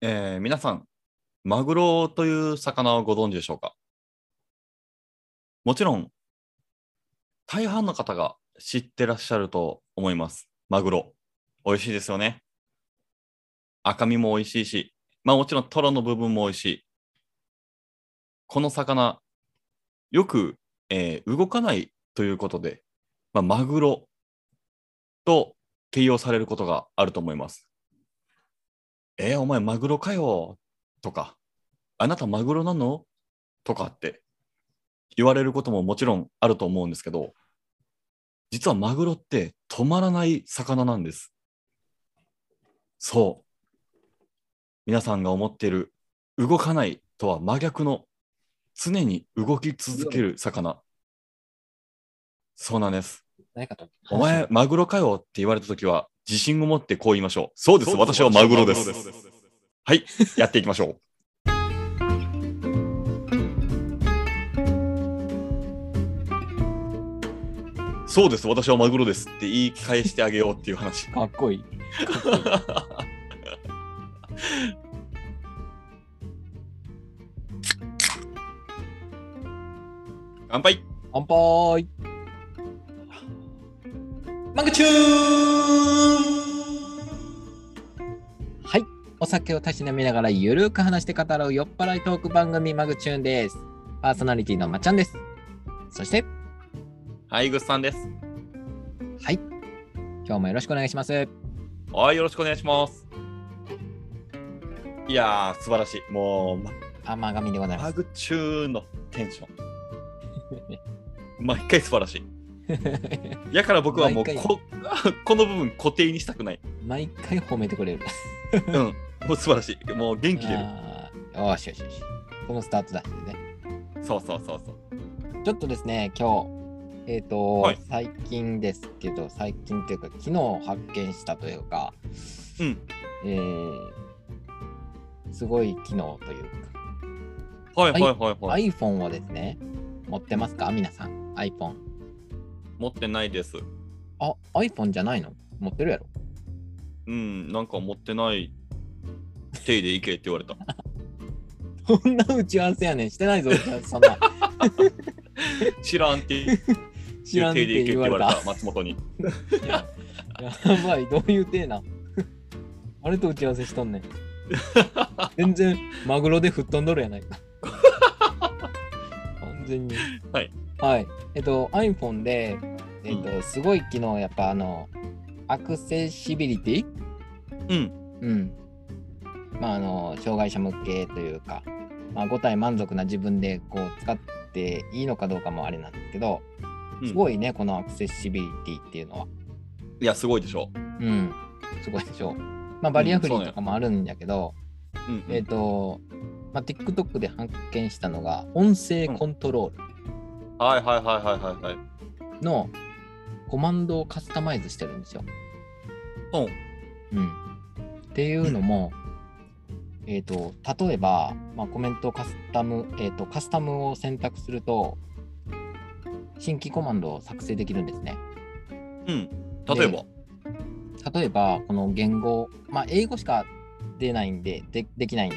えー皆さん、マグロという魚をご存知でしょうかもちろん、大半の方が知ってらっしゃると思います。マグロ。美味しいですよね。赤身も美味しいし、まあもちろんトロの部分も美味しい。この魚、よく、えー動かないということで、まあ、マグロと形容されることがあると思います。えーお前マグロかよとか、あなたマグロなのとかって言われることももちろんあると思うんですけど、実はマグロって止まらない魚なんです。そう。皆さんが思っている動かないとは真逆の常に動き続ける魚。そうなんです。誰かと。お前、、マグロかよって言われたときは、自信を持ってこう言いましょう。そそううで、ですす。私私ははママググロロでですす。。はい、やっていきましょう。そうです、私はマグロですって言い返してあげようっていう話。かっこいい。乾杯乾杯。マグチューンはい。お酒をたしなみながらゆるく話して語ろう酔っ払いトーク番組マグチューンです。パーソナリティのまっちゃんです。そして、はい、ぐっさんです。はい。今日もよろしくお願いします。はい、よろしくお願いします。いやー、素晴らしい。もう、ま甘神でございまマす。グチューンのテ ンション。毎回素晴らしい。やから僕はもう毎回こ この部分固定にしたくない。 毎回褒めてくれる。うん。もう素晴らしい。も う元気出る。あーよしよしよし。このスタートだしね。そうそうそうそう。ちょっとですね、今日、えっ、と、はい最近ですけど、最近というか、昨日発見したというか、うんえーすごい機能というはいはいはいか、はい。 iPhone をですね、持ってますか皆さん、iPhone。持ってないです。あ、iPhone じゃないの持ってる やろうん、なんか持ってない。手でいけって言われた。 そんな打ち合わせやねん。してないぞ、打ち合わせそんな。知らんっていう 知らんっ手でていけって言言わわれれたた。松本に。やばい、どういう手なんあれと打ち合わせしとんねん。全然、マグロで吹っ飛んどるやないか。完全に。はい。はい。えっと、iPhone で、えっと、すごい機能、やっぱあの、アクセシビリティうん。うん。まあ、あの、障害者向けというか、まあ、5体満足な自分でこう使っていいのかどうかもあれなんですけど、すい。ごいね、このアクセシビリティっていうのは。いや、すごいでしょ。うん、すごいでしょう。まあ、バリアフリーとかもあるんやけど、うんうんえっ、と、まあ、TikTok で発見したのが、音声コントローはいはいはいはいはいはい。ルのコマンドをカスタマイズしてるんですよ。うん。うん。っていうのも、えっと、例えば、まあ、コメントをカスタム、えっ、と、カスタムを選択すると、新規コマンドを作成できるんですね。うん。例えば。例えば、この言語、まあ、英語しか出ないんで、でできないんで、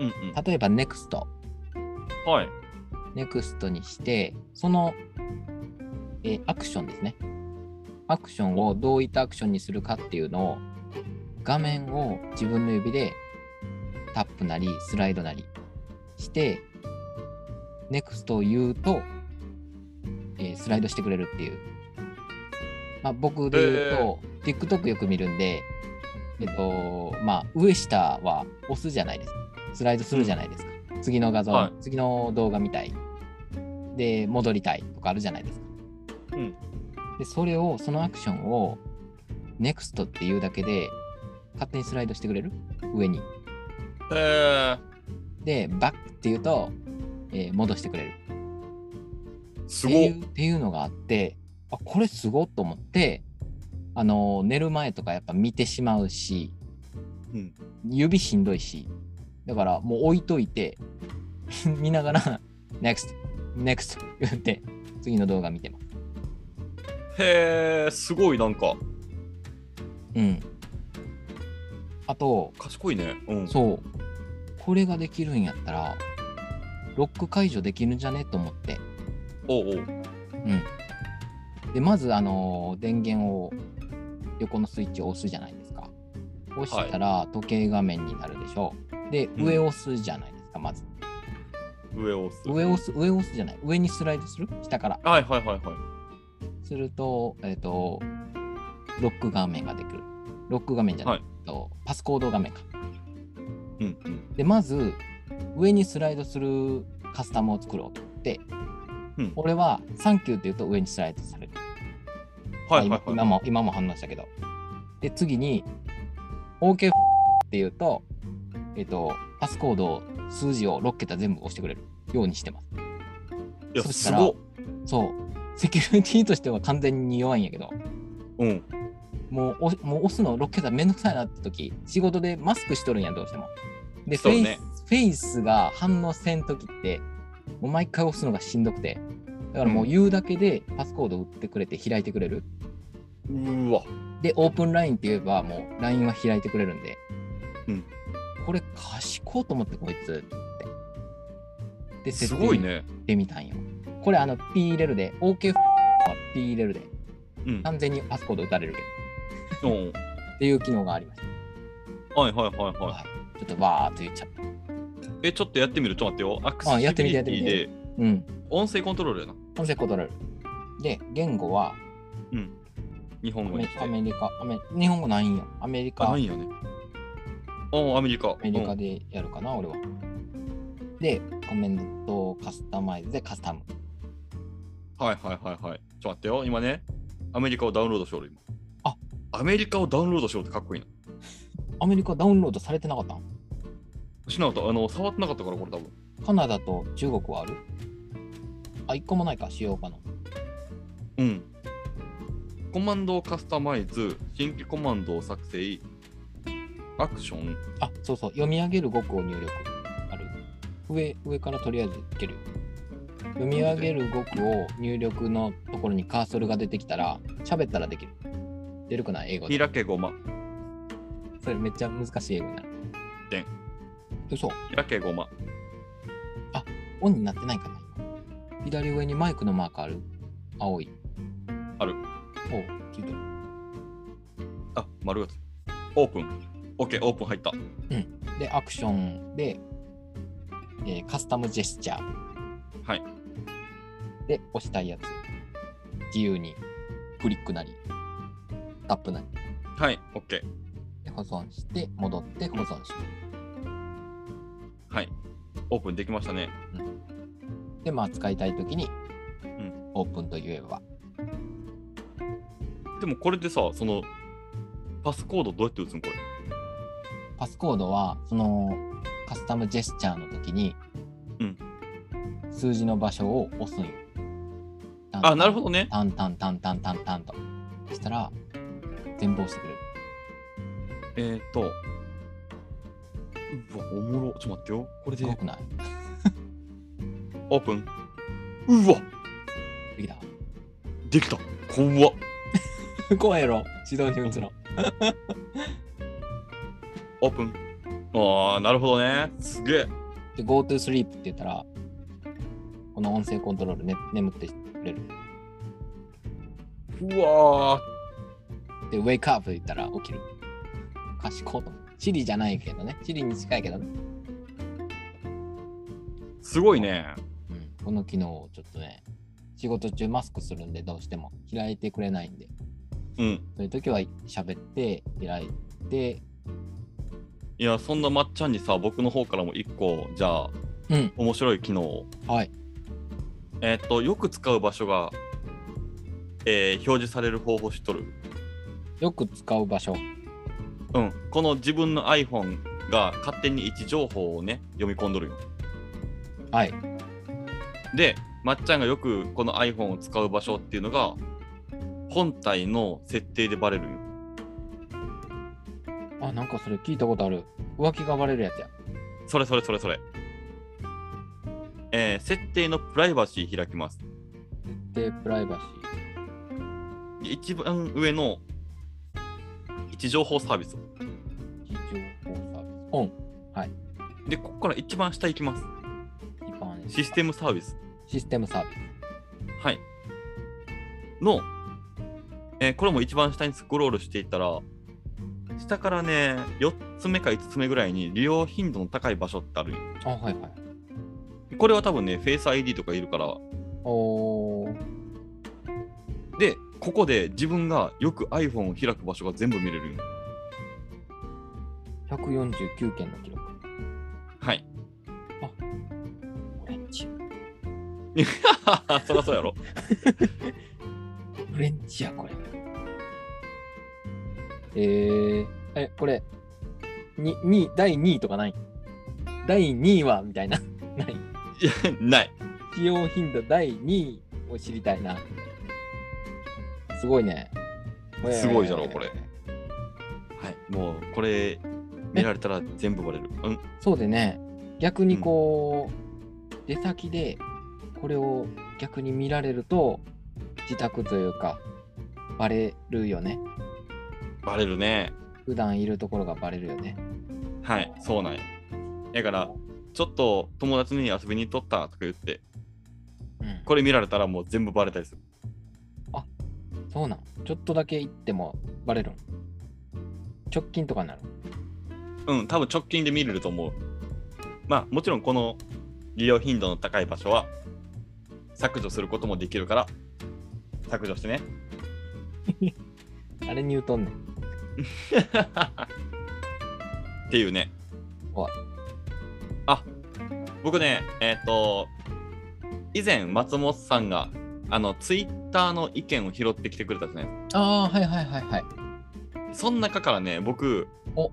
うんうん。例えば NEXT。はい。 NEXT にして、その、えーアクションですね。アクションをどういったアクションにするかっていうのを、画面を自分の指でタップなりスライドなりして、NEXT を言うと、えースライドしてくれるっていう。まあ、僕で言うと、TikTok よく見るんで、えっと、まあ、上下は押すじゃないですか。スライドするじゃないですか。次の画像、はい次の動画見たい。で、戻りたいとかあるじゃないですか。うんで、それを、そのアクションを、NEXT っていうだけで、勝手にスライドしてくれる上に。えで、バックっていうと、えー戻してくれる。ー、ってすごいっうっていうのがあってあこれすごっと思ってあの寝る前とかやっぱ見てしまうし、うん指しんどいしだからもう置いといて 見ながら「NEXT」「NEXT」言って次の動画見てます。へえ、すごいなんか。うん、あと、賢いね。うん。そう、これができるんやったら、ロック解除できるんじゃねと思って。おうおう。で、まず、あのー電源を、横のスイッチを押すじゃないですか。押したら、時計画面になるでしょう。で、ん上を押すじゃないですか、まず。上を押す。上を押す、上を押すじゃない。上にスライドする下から。はいはいはいはい。すると、えっ、と、ロック画面ができる。ロック画面じゃない、はいえっとパスコード画面か。うんうん。で、まず、上にスライドするカスタムを作ろうと思って、うん俺はサンキューって言うと上にスライドされる。はいまはあい今はも、今も反応したけど。で、次に、OK って言うと、えっ、と、パスコード、数字を6桁全部押してくれるようにしてます。い。いや、そしすたらごっ。そう。セキュリティとしては完全に弱いんやけど、うん。もうおもう押すの6桁めんどくさいなって時仕事でマスクしとるんやどうしてもで、フそうェイねスフェイスが反応せん時ってもう毎回押すのがしんどくてだからもううん言うだけでパスコード打ってくれて開いてくれる、うーわ。でオープン LINE って言えばもう LINE は開いてくれるんで、うんこれ賢いと思ってこいつってです設ご定いに行ね。ってみたんよ、これあの P 入れるで OK は P 入れるでうん。完全にパスコード打たれるけどうんっていう機能がありましたはいはいはいはい。はい、ちょっとわーっと言っちゃった。え、ちょっとやってみる。ちょっと待ってよ。アクセあやってみてやシってビみリてティで、うん。音声コントロールやな。音声コントロール。で、言語はうん。日本ア語にメして。アメリカ、アメ日本語ないんや。アメリカ、あ、なアいよね。おアメリカ。メリカうんでやるかな、俺は。で、コメント、カスタマイズでカスタム。はいはいはいはい。ちょっと待ってよ。今ね、アメリカをダウンロードしよる今。あアメリカをダウンロードしようってかっこいいな。アメリカダウンロードされてなかったんしなかった。あの、触ってなかったから、これ多分。カナダと中国はあるあ、一個もないか、しようかな。うん。コマンドをカスタマイズ、新規コマンドを作成、アクション。あ、そうそう、読み上げる語句を入力。ある。上、上からとりあえずいけるよ。読み上げる語句を入力のところにカーソルが出てきたら、喋ったらできる。出るかな、英語で。開けごま。それめっちゃ難しい英語になる。でん嘘開けごま。オンになってないかな今左上にマイクのマークある青い。ある。おう、ついてる。あ、丸がつ。オープン。オッケー、オープン入った。で、アクションで、えーカスタムジェスチャー。はい。で、押したいやつ。自由に、クリックなり、タップなり。はい、オッケで、保存して、戻って、保存して。ー。はい。オープンできましたね。で、まあ、使いたいときに、んオープンと言えば。でもこれでさ、その、パスコードどうやって打つのこれ。パスコードは、その、カスタムジェスチャーの時に、うん数字の場所を押すんよ。あ、なるほどね。タンタンタンタンタンタンと。したら、全部押してくれえー、る。っと。うわ、おもろ。ちょっと待ってよ。これすごでくないオープン。うわ、できたできた。怖っ。 怖いやろ自動に打つの。オープン。ああ、なるほどね。すげえ。で、go to sleep って言ったら、この音声コントロール、ね、眠ってくれる。うわーで、wake up って言ったら起きる。賢いと思う。シリじゃないけどね。シリに近いけどね。すごいね。うん、この機能をちょっとね、仕事中マスクするんで、どうしても開いてくれないんで、うん。そういう時は喋って、開いて、いや、そんなまっちゃんにさ、僕の方からも一個、じゃあ、うん、面白い機能を。はい。えーっと、よく使う場所が、えー表示される方法知っとる。よく使う場所。うん。この自分の iPhone が勝手に位置情報をね、読み込んどるよ。はい。で、まっちゃんがよくこの iPhone を使う場所っていうのが、本体の設定でバレるよ。あ、なんかそれ聞いたことある。浮気がバレるやつや。それそれそれそれ。えー設定のプライバシー開きます。で、プライバシ一番上の位置情報サービス。ー、非オン。で、ここから一番下行きます。一般システムサービス。システムサービス。はい。の、えーこれも一番下にスクロールしていったら、下からね、4つ目か5つ目ぐらいに利用頻度の高い場所ってあるんよあ、はいはい。これは多分ね、フェイス ID とかいるから、おー、で、ここで自分がよく iPhone を開く場所が全部見れるんよ149件の記録。はい。 オレンジ。そらそうやろ。オレンジや、これ。えー、え、これ、に、に、第2位とかない第2位はみたいな。 ない。いや、ない。使用頻度第2位を知りたいな。すごいね。すごいじゃろこれはい。もう、これ、見られたら全部バレる。うん。そうでね、逆にこう、出先でこれを逆に見られると、自宅というか、バレるよね。バレるね。普段いるところがバレるよね。はい。そうなんや。だから、ちょっと友達に遊びに行っとったとか言って、うん、これ見られたらもう全部バレたりする。そうなん。ちょっとだけ行ってもバレるん。直近とかになる。うん、多分直近で見れると思う。まあ、もちろんこの利用頻度の高い場所は削除することもできるから、削除して ね。あれに言うとんねん。っていうね。おいあ、僕ね、えっ、と、以前松本さんが、あの、ツイッターの意見を拾ってきてくれたじゃないああ、はいはいはいはい。そん中からね、僕、お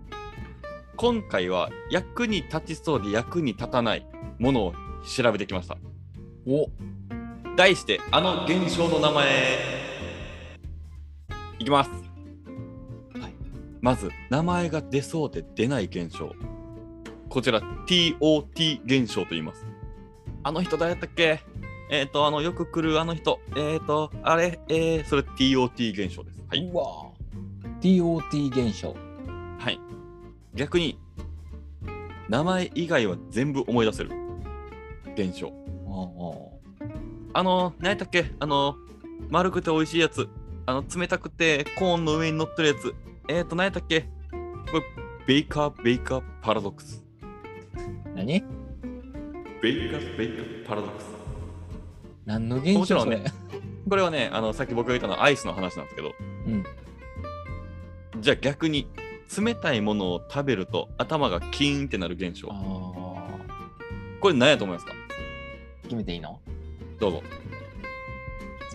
今回は役に立ちそうで役に立たないものを調べてきました。お題して、あの現象の名前。いきます。はいまず、名前が出そうで出ない現象。こちら、TOT 現象と言います。あの人誰やったっけえっ、と、あの、よく来るあの人。えっ、と、あれ、えー、それ TOT 現象です。はい。うわー TOT 現象。はい。逆に、名前以外は全部思い出せる。現象。おあの、何やったっけあの、丸くて美味しいやつ。あの、冷たくてコーンの上に乗ってるやつ。えーと、何やったっけこれ、ベイカー、ベイカー、パラドックス。ー何ベイカー、ベイカー、パラドックス。何の現象もちろんねそれこれはね、あの、さっき僕が言ったのはアイスの話なんですけど、うん。じゃあ逆に、冷たいものを食べると頭がキーンってなる現象。ああ。これ何やと思いますか決めていいのどうぞ。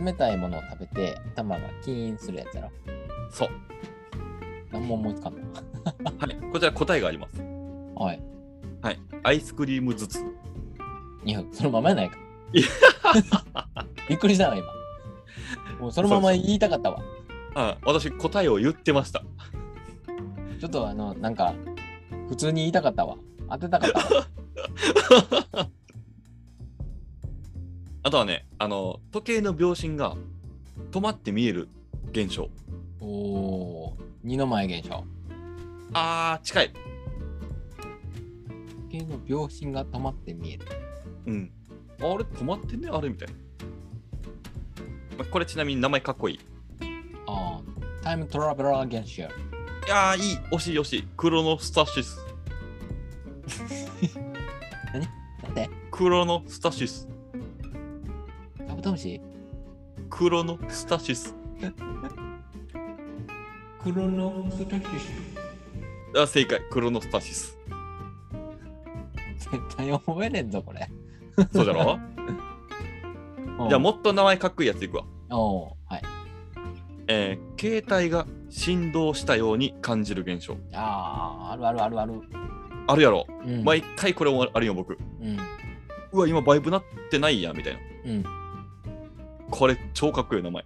冷たいものを食べて頭がキーンするやつやろ。そう。何も思いつかんの。はい。こちら答えがあります。はい。はい。アイスクリーム頭痛。いや、そのままや ないかい。びっくりしたわ、今。もうそのまま言いたかったわ。あ私、答えを言ってました。ちょっとあの、なんか、普通に言いたかったわ。当てたかったわ。あとはね、あの、時計の秒針が止まって見える現象。おおー、二の前現象。あー、近い。時計の秒針が止まって見える。うん。あれ、止まってんねあれみたいな。まこれちなみに名前かっこいい。いああ、タイムトラベラー現象。やー、いい。惜しい惜しい。クロノスタシス。なんでクロノスタシス。カブトムシクロノスタシス。クロノスタシス。あ、正解。クロノスタシス。絶対覚えれんぞ、これ。そうじゃ ろじゃあ、もっと名前かっこいいやついくわ。うん。おお、はい。えー、携帯が振動したように感じる現象。ああ、あるあるあるある。あるやろ。うん。毎回これもあるよ、僕。うん。うわ、今バイブなってないやんみたいな。うん。。これ、超かっこいい名前。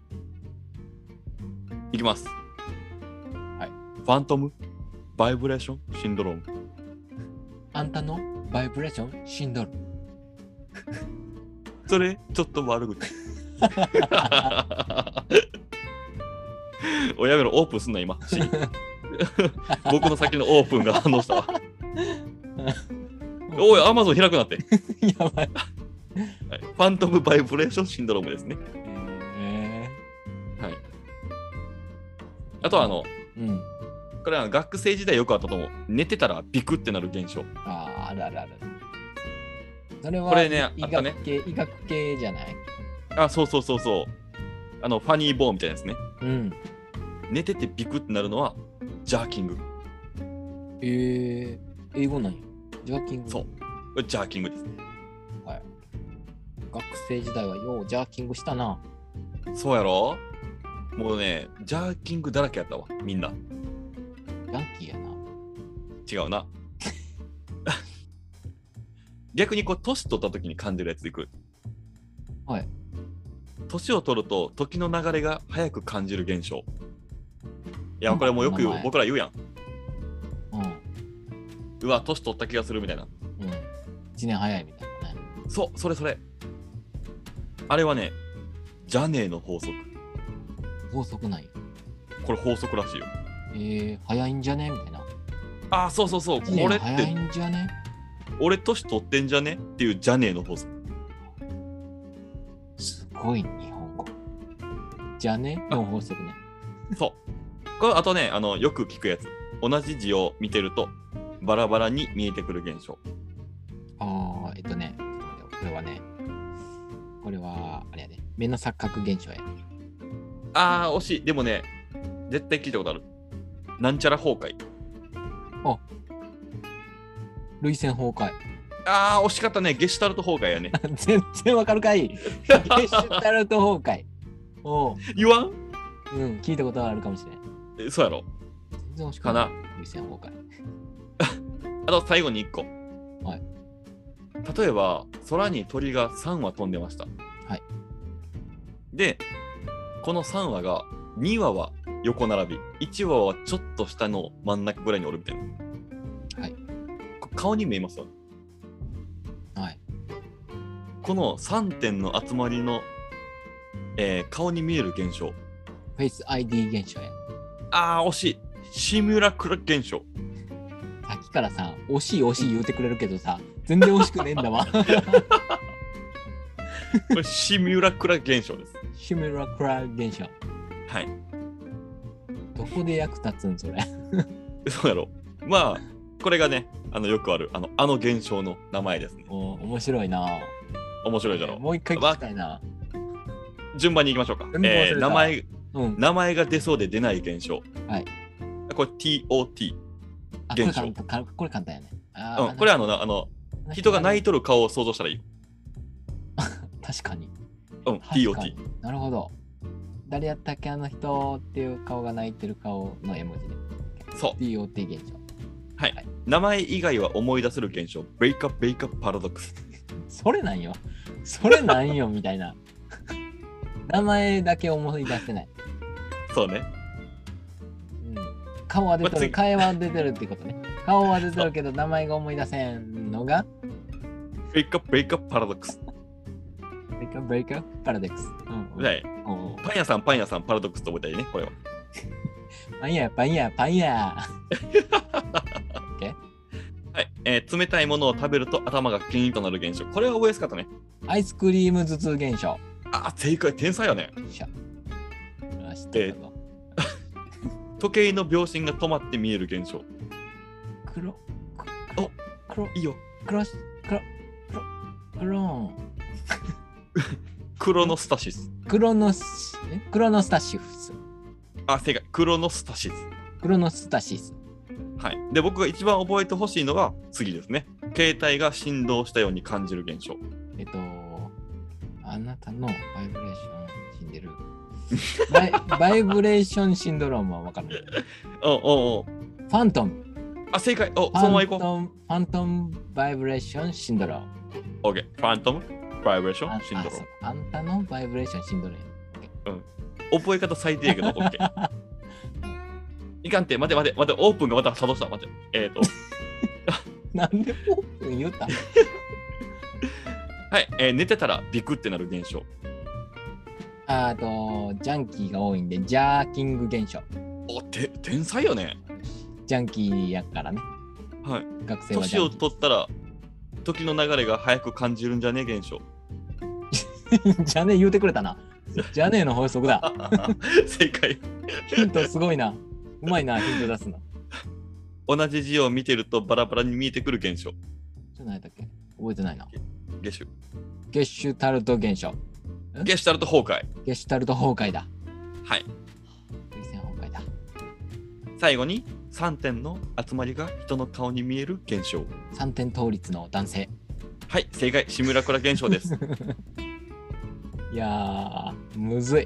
いきます。はいファントム、バイブレーション、シンドローム。あんたのバイブレーション死んどる。それ、ちょっと悪口。 おやめろ、オープンすんな、今。シン僕の先のオープンが反応したわ。おい、アマゾン開くなって。 やばい。はいファントムバイブレーションシンドロームですね。えはい。あとは、あの、ーうん。これは学生時代よくあったと思う。寝てたらビクってなる現象。ああ、あるあるある。それはこれね医あっ学たね系、医学系じゃないあ、そうそうそうそう。あの、ファニーボーンみたいなですね。うん。寝ててビクってなるのは、ジャーキング。こえー、英語なんや。ジャーキング。そうれジャーキングです。学生時代はようジャーキングしたな。そうやろもうね、ジャーキングだらけやったわ、みんな。ヤンキーや違な。うな。 逆にこう、年取った時に感じるやつでいく。はい。年を取ると、時の流れが早く感じる現象。いや、これもうよく言名う前僕ら言うやん。ううん。わ、年取った気がするみたいな。うん。一年早いみたいなね。そう、それそれ。あれはね、ジャネーの法則。法則なんや。これ法則らしいよ。えー、早いんじゃねみたいな。ああ、そうそうそう。こ一年れっ早て、いんじゃね俺年取ってんじゃねっていうジャネーの法則。すごい日本語。じゃねの法則ね。そう。これあとねあの、よく聞くやつ。同じ字を見てると、バラバラに見えてくる現象。ああ、えっとね、ちょっと待ってこれはね、これは、あれやで、目の錯覚現象やで。ああ、惜しい。でもね、絶対聞いたことある。なんちゃら崩壊。涙腺崩壊。 ああ、惜しかったね。ゲシュタルト崩壊やね。全然わかるかいゲシュタルト崩壊。おう、言わんうん、聞いたことはあるかもしれん。えそうやろ。全然惜しくかないな。。涙腺崩壊。あと最後に1個。はい例えば、空に鳥が3羽飛んでました。はいで、この3羽が2羽は横並び、1羽はちょっと下の真ん中ぐらいにおるみたいな。はいこれ顔に見えますよ。はい。この3点の集まりの、えー顔に見える現象。フェイス ID 現象や。あー、惜しい。シミュラクル現象。さっきからさ、惜しい惜しい言うてくれるけどさ、全然惜しくねえんだわ。 これシミュラクラ現象です。シミュラクラ現象。はい。どこで役立つんそれ。そうやろ。まあ、これがね、あのよくあるあの、あの現象の名前ですね。お面白いな。面白いじゃろ。もう一回聞きたいな。順番に行きましょうか。全部忘れえたー名前うん。名前が出そうで出ない現象。はい。これ TOT。あ、これ現象簡単、これ簡単やね。あーうん、これあのなあの、人が泣い。とる顔を想像したらいいよ。確かに。うん、確か TOT に。なるほど。誰やったっけあの人っていう顔が泣いてる顔の絵文字で。そう。 DOT 現象。名前以外は思い出せる現象。ベイカベイカパラドックス。それなんよ。それなんよ、みたいな。 名前だけ思い出せない。そうね。うん顔は出てまある、次顔は出てるってことね。顔は出てるけど名前が思い出せんのが、ベイカベイカパラドックス。ブレイカブレイカパラデックス。うんうんはい。おうパン屋さん、パン屋さん、パラドックスと覚えたらいいね、これは。パン屋、パン屋、パン屋。はい。えー冷たいものを食べると頭がキーンとなる現象。これは覚えやすかったね。アイスクリーム頭痛現象。あ、正解、天才よね。よっしゃ。あ知ってるぞ時計の秒針が止まって見える現象。黒、お黒、黒、いいよ。黒、黒、黒、黒、クロノスタシス。クロノス、えクロノスタシフス。あ、正解。クロノスタシス。クロノスタシス。はい。で、僕が一番覚えてほしいのが次ですね。携帯が振動したように感じる現象。えっと、あなたのバイブレーション死んでる。バイ バイブレーションシンドロームはわかる。おうおうおうファントム。あ、正解。お、フそのままァ行こントム、ファントムバイブレーションシンドローム。う。オッケー。ファントム、バイブレーショあン、シンドロあそーうあんたのバイブレーションシンドローム。 ム。覚え方最低やけど、オッケー。いかんて、待て待て、待て、オープンがまた作動した。待て。えっ、ー、と、なんでオープン言ったはい、えー寝てたらビクってなる現象。ああと、ジャンキーが多いんで、ジャーキング現象。お、て、天才よね。ジャンキーやからね。はい。学生はジ年ャをンキー取ったら、時の流れが早く感じるんじゃねえ現象。 じゃねえ言うてくれたな。じゃねえの法則だ。 正解。ヒントすごいな。うまいな、ヒント出すの。同じ字を見てるとバラバラに見えてくる現象。ちょっと何だっけ覚えてないな。ゲシュ。ゲッシュタルト現象。ゲシュタルト崩壊。ゲッシュタルト崩壊だ。はい。涙腺崩壊だ。最後に、3点の集まりが人の顔に見える現象。三点倒立の男性。はい、正解。シムラクラ現象 です。いやー、むずい。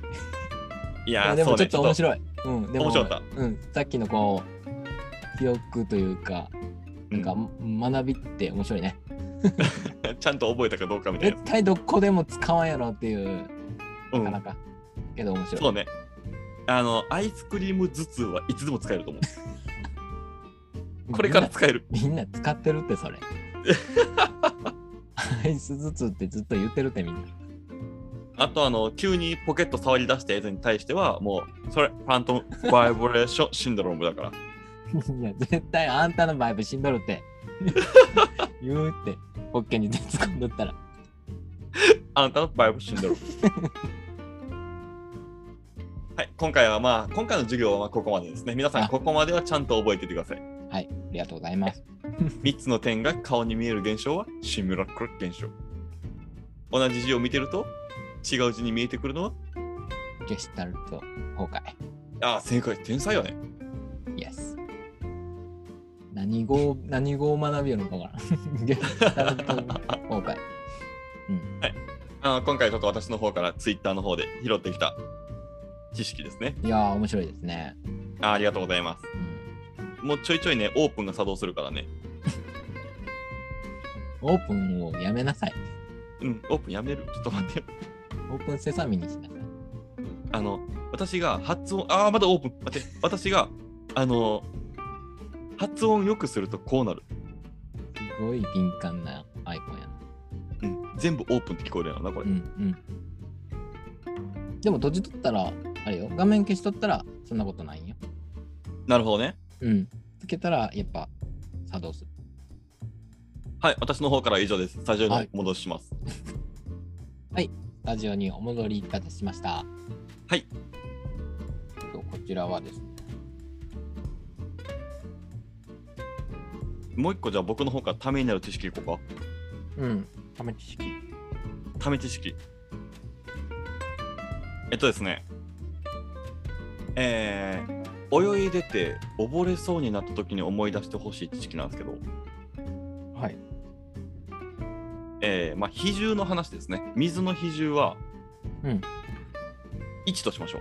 いいややー、でそもうちょねっと面白い。うん、でも面白かっうん、さっきのこう、記憶というか、なんか、学びって面白いね。うん ちゃんと覚えたかどうかみたいな絶や対どこでも使わんやろっていう、つ。う。なかなんか。けど面白い。そうね。あの、アイスクリーム頭痛はいつでも使えると思 う。これから使える。みんなみんな使ってるってそれ。アイスずつってずっと言ってるってみんな。あとあの急にポケット触り出したやつに対してはもうそれファントムバイブレーションシンドロームだからいや絶対あんたのバイブしんどるって言うってポッケに手突っ込んどったらあなたのバイブシンドロームはい今回はまあ今回の授業はまあここまでですね皆さんあここまではちゃんと覚えててくださいはいありがとうございます3つの点が顔に見える現象はシムラクル現象同じ字を見てると違う字に見えてくるのはゲシュタルト崩壊ああ正解天才よねイエス何語を何語を学びよるのかわからんゲシュタルト崩壊あの今回ちょっと私の方からツイッターの方で拾ってきた知識ですねいやー面白いですね、あーありがとうございますうんもうちょいちょいね、オープンが作動するからね。オープンをやめなさいうん、オープンやめる。ちょっと待って。オープンセサミにしなさいあの、私が発音、ああ、まだオープン。待って、私が、あの、発音よくするとこうなる。すごい敏感なアイコンやなうん、全部オープンって聞こえるやろな、これう。んうん。でも閉じとったら、あれよ、画面消しとったら、そんなことないんよ。なるほどね。うん。つけたら、やっぱ、作動する。はい、私の方からは以上です。スタジオはにいお戻しします。スタジオにお戻りいたしました。はい。とこちらはですね、もう一個、じゃあ僕の方からためになる知識いこうか。うん。豆知識。ため知識。えっとですね。えー、泳いでて溺れそうになった時に思い出してほしい知識なんですけど、はい。えーまあ、比重の話ですね。水の比重は、うん1としましょ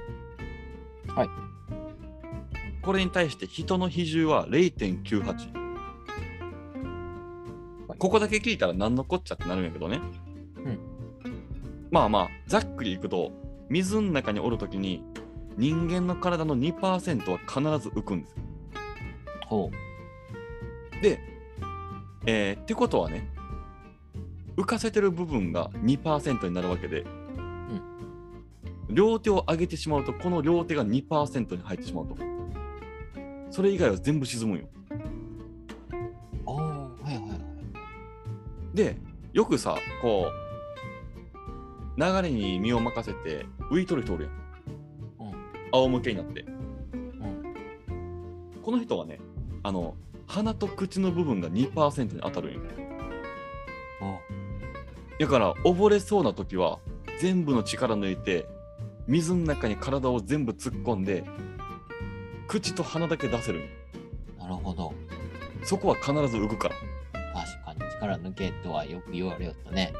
う。はい。これに対して人の比重は0.98。はいここだけ聞いたら何のこっちゃってなるんやけどね。んまあまあ、ざっくりいくと、水の中におるときに、人間の体の2%は必ず浮くんですよ。ほで、えーってことはね、浮かせてる部分が2%になるわけで、両手を上げてしまうと、この両手が2%に入ってしまうと。それ以外は全部沈むんよ。う。ああ、はいはいはい。で、よくさ、こう、流れに身を任せて浮いとる人おるやん。うん。仰向けになって。うん。この人はね、あの、鼻と口の部分が2%に当たるんよ。あだから溺れそうな時は全部の力抜いて水の中に体を全部突っ込んで口と鼻だけ出せるんよあ、なるほど。そこは必ず浮くから確かに力抜けとはよく言われよったね。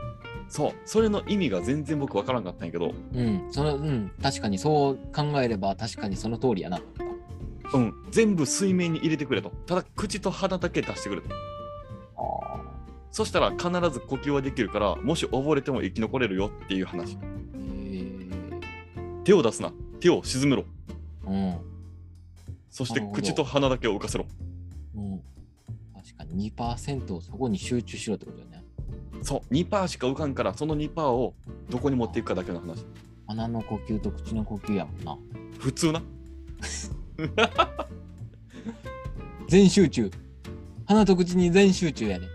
そうそれの意味が全然僕分からんかったんやけどうん。その、うん。確かにそう考えれば、確かにその通りやなと思っうん全部水面に入れてくれとただ口と鼻だけ出してくれとた。ああ。そしたら必ず呼吸はできるからもし溺れても生き残れるよっていう話えー。手を出すな手を沈めろうん。そしてなるほど口と鼻だけを浮かせろうん。確かに2%をそこに集中しろってことよね。そう2%しか浮かんからその2%をどこに持っていくかだけの話鼻の呼吸と口の呼吸やもんな。普通な全集中。鼻と口に全集中やね。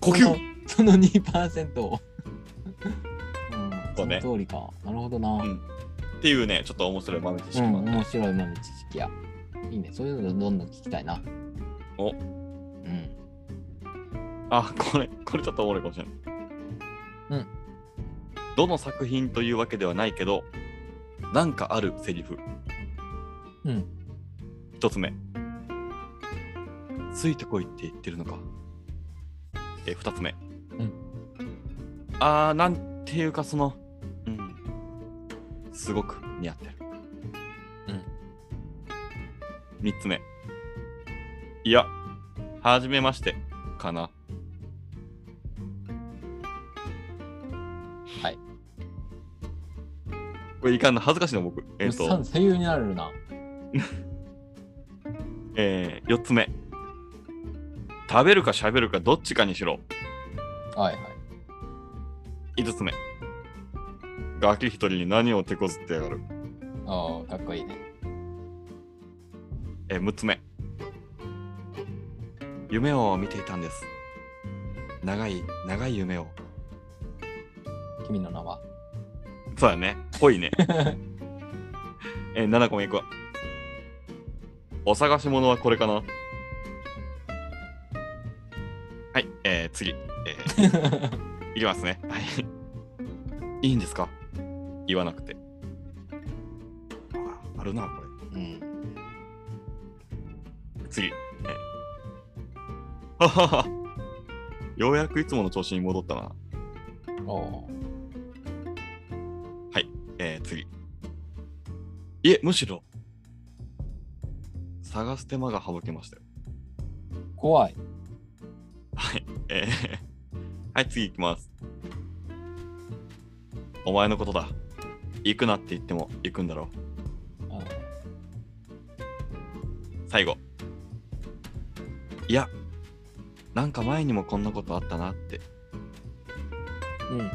呼吸そのその2%を。 うん、そうねその通りか。なるほどな。うんっていうね、ちょっと面白い豆知識うもあん、って面白い豆知識や。いいね。そういうのどんどん聞きたいな。おうん。あ、これ、これちょっとおもろいかもしれない。うん。どの作品というわけではないけど、なんかあるセリフ。うん。一つ目。ついてこいって言ってるのか。え、二つ目。うん。あー、なんていうかその、うん。すごく似合ってる。うん。三つ目。いや、はじめまして、かな。はい。これいかんな、恥ずかしいの僕。えっ、さと、声優になれるな。えー、4つ目。食べるか喋るかどっちかにしろ。はいはい。 5つ目。ガキ一人に何を手こずってやがる。ああ、かっこいいね。えー、6つ目。夢を見ていたんです。長い、長い夢を。君の名は。そうだね。ぽいね。えー、7個目いくわ。お探し物はこれかなはい、えー、次。えーいきますね。はい。いいんですか言わなくて。ああるな、こ うん。れ。次。えーははは。ようやくいつもの調子に戻ったな。おお。えー、次。いえ、むしろ、探す手間が省けましたよ。怖い。はい。えー はい、次行きます。お前のことだ。行くなって言っても行くんだろうんう。最後。いや、なんか前にもこんなことあったなって。うん。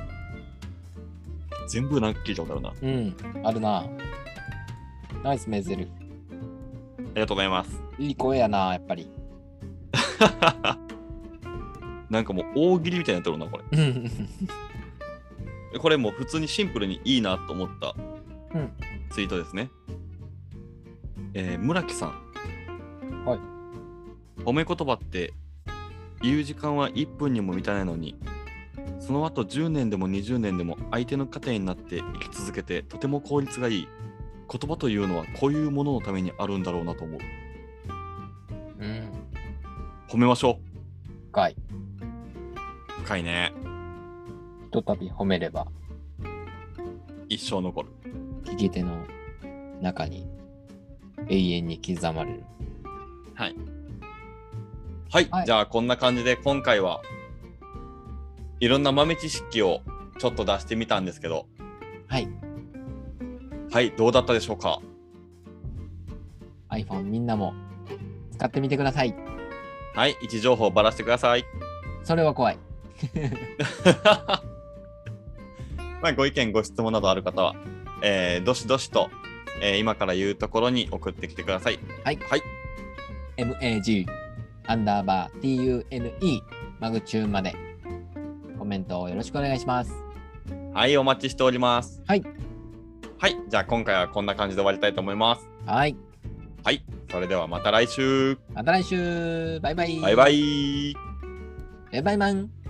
全部なんか聞いたことあるな。あうん、あるな。ナイスメゼル。りがとうございます。いい声やな、やっぱり。なんかもう大喜利みたいになってるな、これ。うんこれもう普通にシンプルにいいなと思ったうんツイートですね。えー村木さん。はい。褒め言葉って言う時間は1分にも満たないのに、その後10年でも20年でも相手の糧になって生き続けてとても効率がいい。言葉というのはこういうもののためにあるんだろうなと思う。うん。褒めましょ深い。う。深いね。ひとたび褒めれば、一生残る。聞き手の中に永遠に刻まれる。はい、はいじゃあこんな感じで今回はいろんな豆知識をちょっと出してみたんですけどはい。はいどうだったでしょうか iPhone みんなも使ってみてください。はい位置情報ばらしてくださいそれは怖い。まあご意見ご質問などある方は、えーどしどしと、えー今から言うところに送ってきてくださいはいはい mag アンダーバー tune マグチューンまでコメントをよろしくお願いします。はいお待ちしておりますはいはいじゃあ今回はこんな感じで終わりたいと思いますはい。はいそれではまた来週また来週バイバイバイバイバイバイマン